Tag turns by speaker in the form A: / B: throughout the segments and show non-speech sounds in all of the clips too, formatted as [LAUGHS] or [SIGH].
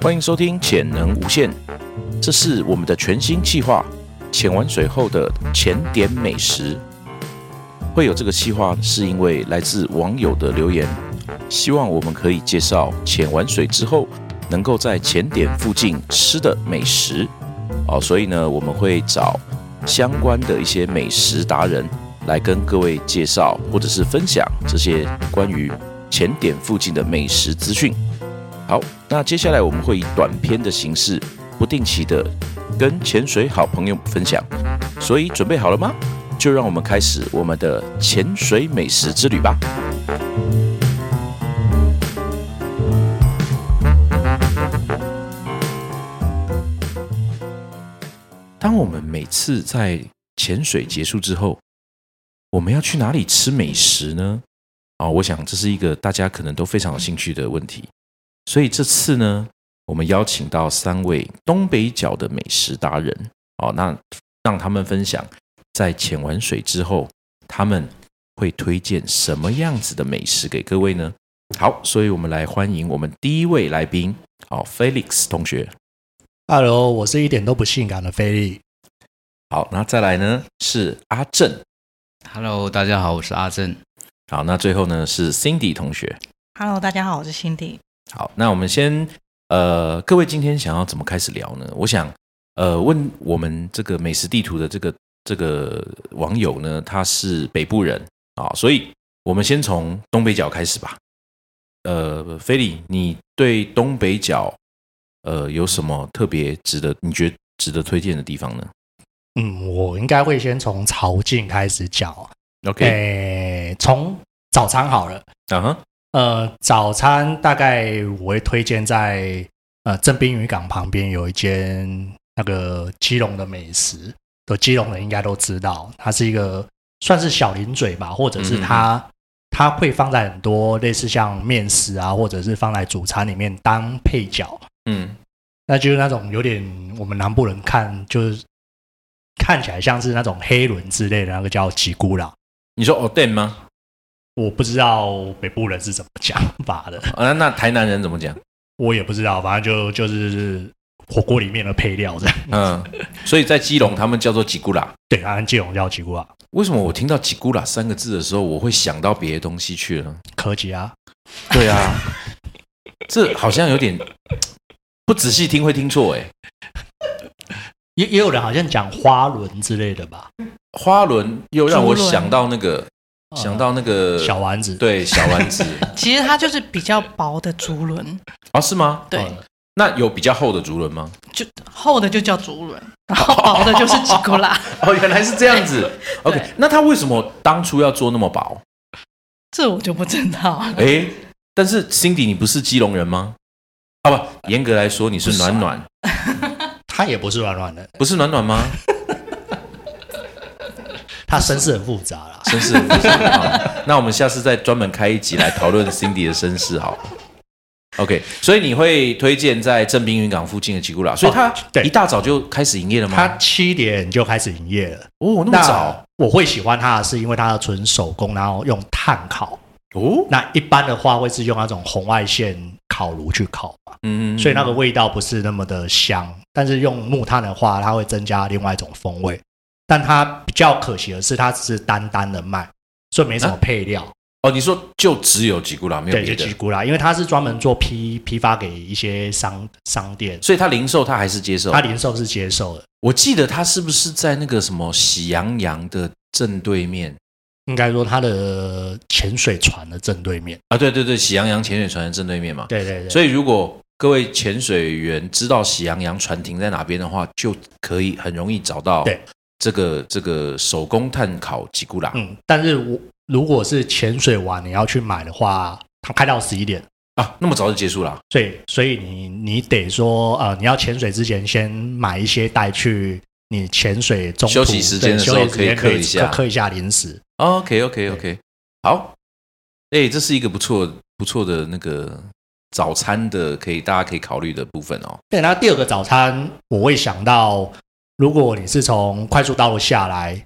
A: 欢迎收听《潜能无限》，这是我们的全新计划——潜完水后的潜点美食。会有这个计划，是因为来自网友的留言，希望我们可以介绍潜完水之后能够在潜点附近吃的美食。哦，所以呢，我们会找相关的一些美食达人来跟各位介绍或者是分享这些关于潜点附近的美食资讯。好，那接下来我们会以短片的形式，不定期的跟潜水好朋友分享。所以准备好了吗？就让我们开始我们的潜水美食之旅吧。当我们每次在潜水结束之后，我们要去哪里吃美食呢？啊、我想这是一个大家可能都非常有兴趣的问题。所以这次呢，我们邀请到三位东北角的美食达人哦，那让他们分享在潜完水之后，他们会推荐什么样子的美食给各位呢？好，所以我们来欢迎我们第一位来宾，好，Felix 同学。
B: Hello，我是一点都不性感的菲力。
A: 好，那再来呢是阿正，
C: Hello，大家好，我是阿正。
A: 好，那最后呢是 Cindy 同学。
D: Hello，大家好，我是辛迪。
A: 好，那我们先呃，各位今天想要怎么开始聊呢？我想呃，问我们这个美食地图的这个这个网友呢，他是北部人啊，所以我们先从东北角开始吧。呃，菲利，你对东北角呃有什么特别值得你觉得值得推荐的地方呢
B: 嗯，我应该会先从朝觐开始讲哦。
A: ？OK，
B: 诶、从早餐好了。
A: 啊哈，
B: 呃，早餐大概我会推荐在呃正滨渔港旁边有一间那个基隆的美食，有基隆人应该都知道，它是一个算是小零嘴吧，或者是它、它会放在很多类似像面食啊，或者是放在主餐里面当配角。
A: 嗯
B: 那就是那种有点我们南部人看就是看起来像是那种黑轮之类的那个叫吉古拉，
A: 你说 o d e n 吗？
B: 我不知道北部人是怎么讲法的，
A: 啊，那那台南人怎么讲？
B: 我也不知道，反正就就是火锅里面的配料这样。
A: 嗯，所以在基隆他们叫做吉古拉。
B: 对，安基隆叫吉古拉，
A: 为什么我听到“吉古拉”三个字的时候，我会想到别的东西去了？
B: 科吉啊，
A: 对啊，这好像有点不仔细听会听错哎。
B: 也也有人好像讲花轮之类的吧，
A: 花轮又让我
D: 竹轮
A: 想到那个，
B: 呃
A: 想到那个
B: 小丸子。
A: 对小丸 [LAUGHS] 子
D: 其实它就是比较薄的竹轮，
A: 啊，是吗？
D: 对，
B: 嗯
A: 那有比较厚的竹轮吗？
D: 就厚的就叫竹轮，然后薄的就是吉古拉。 [LAUGHS]
A: 哦，原来是这 [LAUGHS] 样子。
D: 对
A: OK，那他为什么当初要做那么薄？
D: 这我就不知道。
A: 哎，但是 Cindy，你不是基隆人吗？啊不，严格来说你是啊暖暖，
B: 他也不是软软的，
A: 不是暖暖吗？
B: 他身世很复杂啦。
A: 身世很复杂。好那我们下次再专门开一集来讨论 Cindy 的身世，好了。OK，所以你会推荐在正滨云港附近的吉古拉，所以他
B: 哦对
A: 一大早就开始营业了吗？
B: 他七点就开始营业了，
A: 哦，那么早
B: 我会喜欢它，是因为它的纯手工，然后用炭烤。
A: 哦，
B: 那一般的话会是用那种红外线烤炉去烤嘛，
A: 嗯
B: 所以那个味道不是那么的香。但是用木炭的话，它会增加另外一种风味。但它比较可惜的是，它只是单单的卖，所以没什么配料。
A: 哦，你说就只有吉古拉，没有
B: 对，
A: 别
B: 就
A: 的
B: 吉，古拉，因为它是专门做批批发给一些商商店，
A: 所以他零售他还是接受
B: 它。零售是接受的。
A: 我记得他是不是在那个什么喜羊羊的正对面
B: 应该说它的潜水船的正对面。
A: 啊？对对对，喜羊羊潜水船的正对面嘛。
B: 对对对，
A: 所以如果各位潜水员知道喜羊羊船停在哪边的话，就可以很容易找到
B: 对
A: 这个这个手工炭烤吉古拉。
B: 嗯，但是我如果是潜水完你要去买的话，它开到十一点，
A: 啊，那么早就结束了啊、
B: 所以所以你你得说呃，你要潜水之前先买一些带去你潜水中途
A: 休息时间的
B: 对
A: 时候
B: 休息时间
A: 可
B: 可
A: 以嗑一下
B: 嗑一下零食。
A: OK OK OK，好，哎、这是一个不错不错的那个早餐的，可以大家可以考虑的部分哦。
B: 对，那第二个早餐我会想到，如果你是从快速道路下来，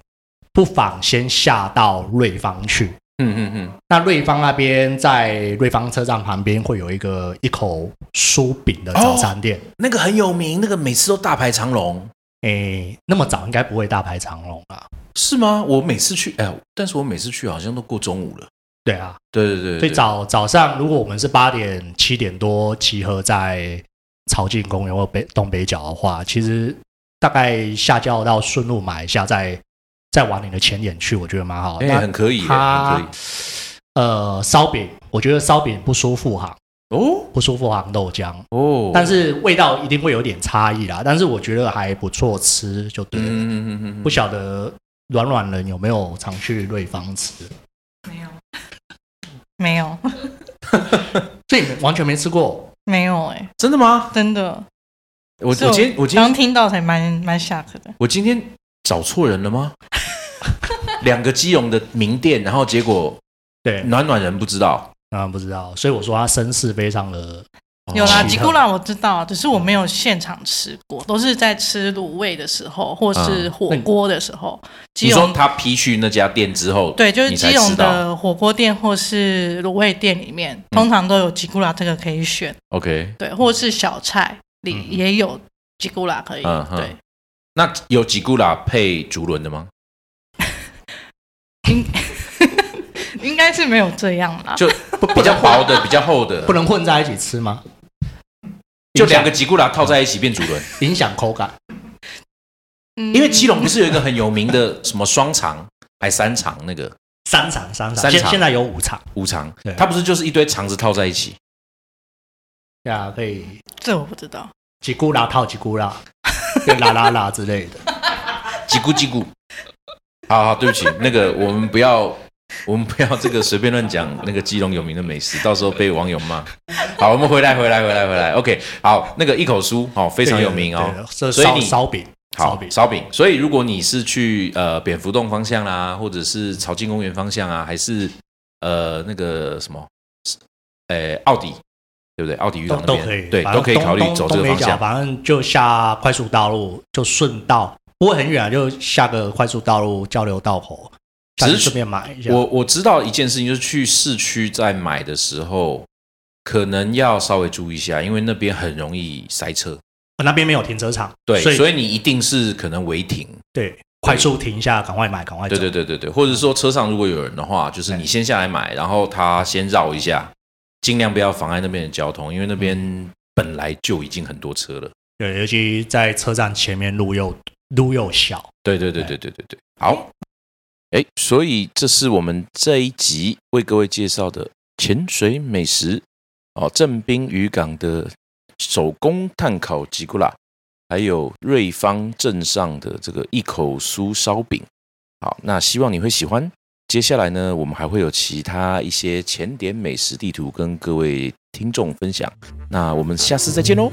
B: 不妨先下到瑞芳去。
A: 嗯嗯嗯，
B: 那瑞芳那边在瑞芳车站旁边会有一个一口酥饼的早餐店，
A: 那个很有名，那个每次都大排长龙，
B: 诶、那么早应该不会大排长龙啦。
A: 是吗？我每次去，哎呀，但是我每次去好像都过中午了。
B: 对啊，
A: 对对对对，
B: 所以早早上如果我们是八点七点多集合在朝境公园或北东北角的话，其实大概下轿到顺路买一下，再再往你的前点去，我觉得蛮好的。
A: 哎、
B: 那
A: 很可以耶，很可
B: 它
A: 以
B: 呃烧饼，我觉得烧饼不输富航，
A: 哦
B: 不输富航豆浆，
A: 哦，
B: 但是味道一定会有点差异啦。但是我觉得还不错吃，就对
A: 嗯
B: 了。
A: 嗯嗯嗯
B: 不晓得软软人有没有常去瑞芳吃，
D: 没有，没有，
B: 所以你完全没吃过。
D: 没有哎、
A: 真的吗？
D: 真的。
A: 我我
D: 是哦
A: 今天我今
D: 刚
A: 天
D: 听到才蛮蛮 shock 的。
A: 我今天找错人了吗？ [LAUGHS] 两个基隆的名店，然后结果
B: 对，
A: 暖暖人不知道，
B: 当啊然不知道，所以我说他身世非常的
A: 哦
D: 有啦，
B: 奇
D: 吉
A: 啊
B: 特
D: 古拉我知道，只是我没有现场吃过，都是在吃卤味的时候或是火锅的时候。
A: 啊你
D: 基
A: 说
D: 隆
A: 他批去那家店之后，
D: 对，就是
A: 你才
D: 基隆
A: 知道
D: 的火锅店或是卤味店里
A: 嗯
D: 面，通常都有吉古拉这个可以选，
A: OK，
D: 对，或是小菜里
B: 嗯
D: 也有吉古拉可以，
A: 嗯哼
D: 对，
A: 那有吉古拉配竹轮的吗？
D: 应该是没有这样啦。
A: 就比较薄的，比较厚的，
B: 不能混在一起吃吗？
A: 就两个吉古拉套在一起变竹轮。
B: 影响口感。
D: 嗯
A: 因为基隆不是有一个很有名的什么双肠还三肠那个
B: 三场三
A: 三
B: 场，现
A: 场
B: 现在有五场，
A: 五肠
B: 对，
A: 它不是就是一堆肠子套在一起？
B: 对啊，可以
D: 这我不知道，
B: 吉古拉套吉古拉，对啦啦啦之类的。
A: 叽咕叽咕。 [LAUGHS] 好好，对不起，那个我们不要， [LAUGHS] 我们不要这个随便乱讲那个基隆有名的美食，到时候被网友
B: [LAUGHS]
A: 骂。好，我们回来，回来，回来，回来。OK，好，那个一口酥，好、 [LAUGHS] 非
B: 非
A: 常有名哦。
B: 这
A: 所以
B: 烧
A: 你
B: 烧饼，烧
A: 好
B: 饼，
A: 烧饼。所以如果你是去呃蝙蝠洞方向啦，或者是朝境公园方向啊，还是呃那个什么，呃奥迪，对不对？奥迪渔
B: 都
A: 港那
B: 都
A: 边
B: 可以，
A: 对，
B: 反
A: 都
B: 正
A: 可以
B: 东
A: 考虑
B: 东
A: 走这个
B: 东
A: 方
B: 北角
A: 向。
B: 反正就下快速道路，就顺道，不会很远啊，就下个快速道路交流道口，下去
A: 只是
B: 顺便买一下。
A: 我我知道一件事情，就是去市区在买的时候，可能要稍微注意一下，因为那边很容易塞车。
B: 我那边没有停车场，
A: 对，
B: 所
A: 所
B: 以
A: 以你一定是可能违停。
B: 对，快速停一下，赶快买，赶快走。
A: 对对对对对，或者说车上如果有人的话，就是你先下来买，然后他先绕一下，尽量不要妨碍那边的交通，因为那边本来就已经很多车了。
B: 对，尤其在车站前面路又路又小，
A: 对对对对对对对，好。哎，所以这是我们这一集为各位介绍的潜水美食哦，正滨渔港的手工炭烤吉古拉，还有瑞芳镇上的这个一口酥烧饼。好，那希望你会喜欢。接下来呢，我们还会有其他一些潜点美食地图跟各位听众分享。那我们下次再见喽，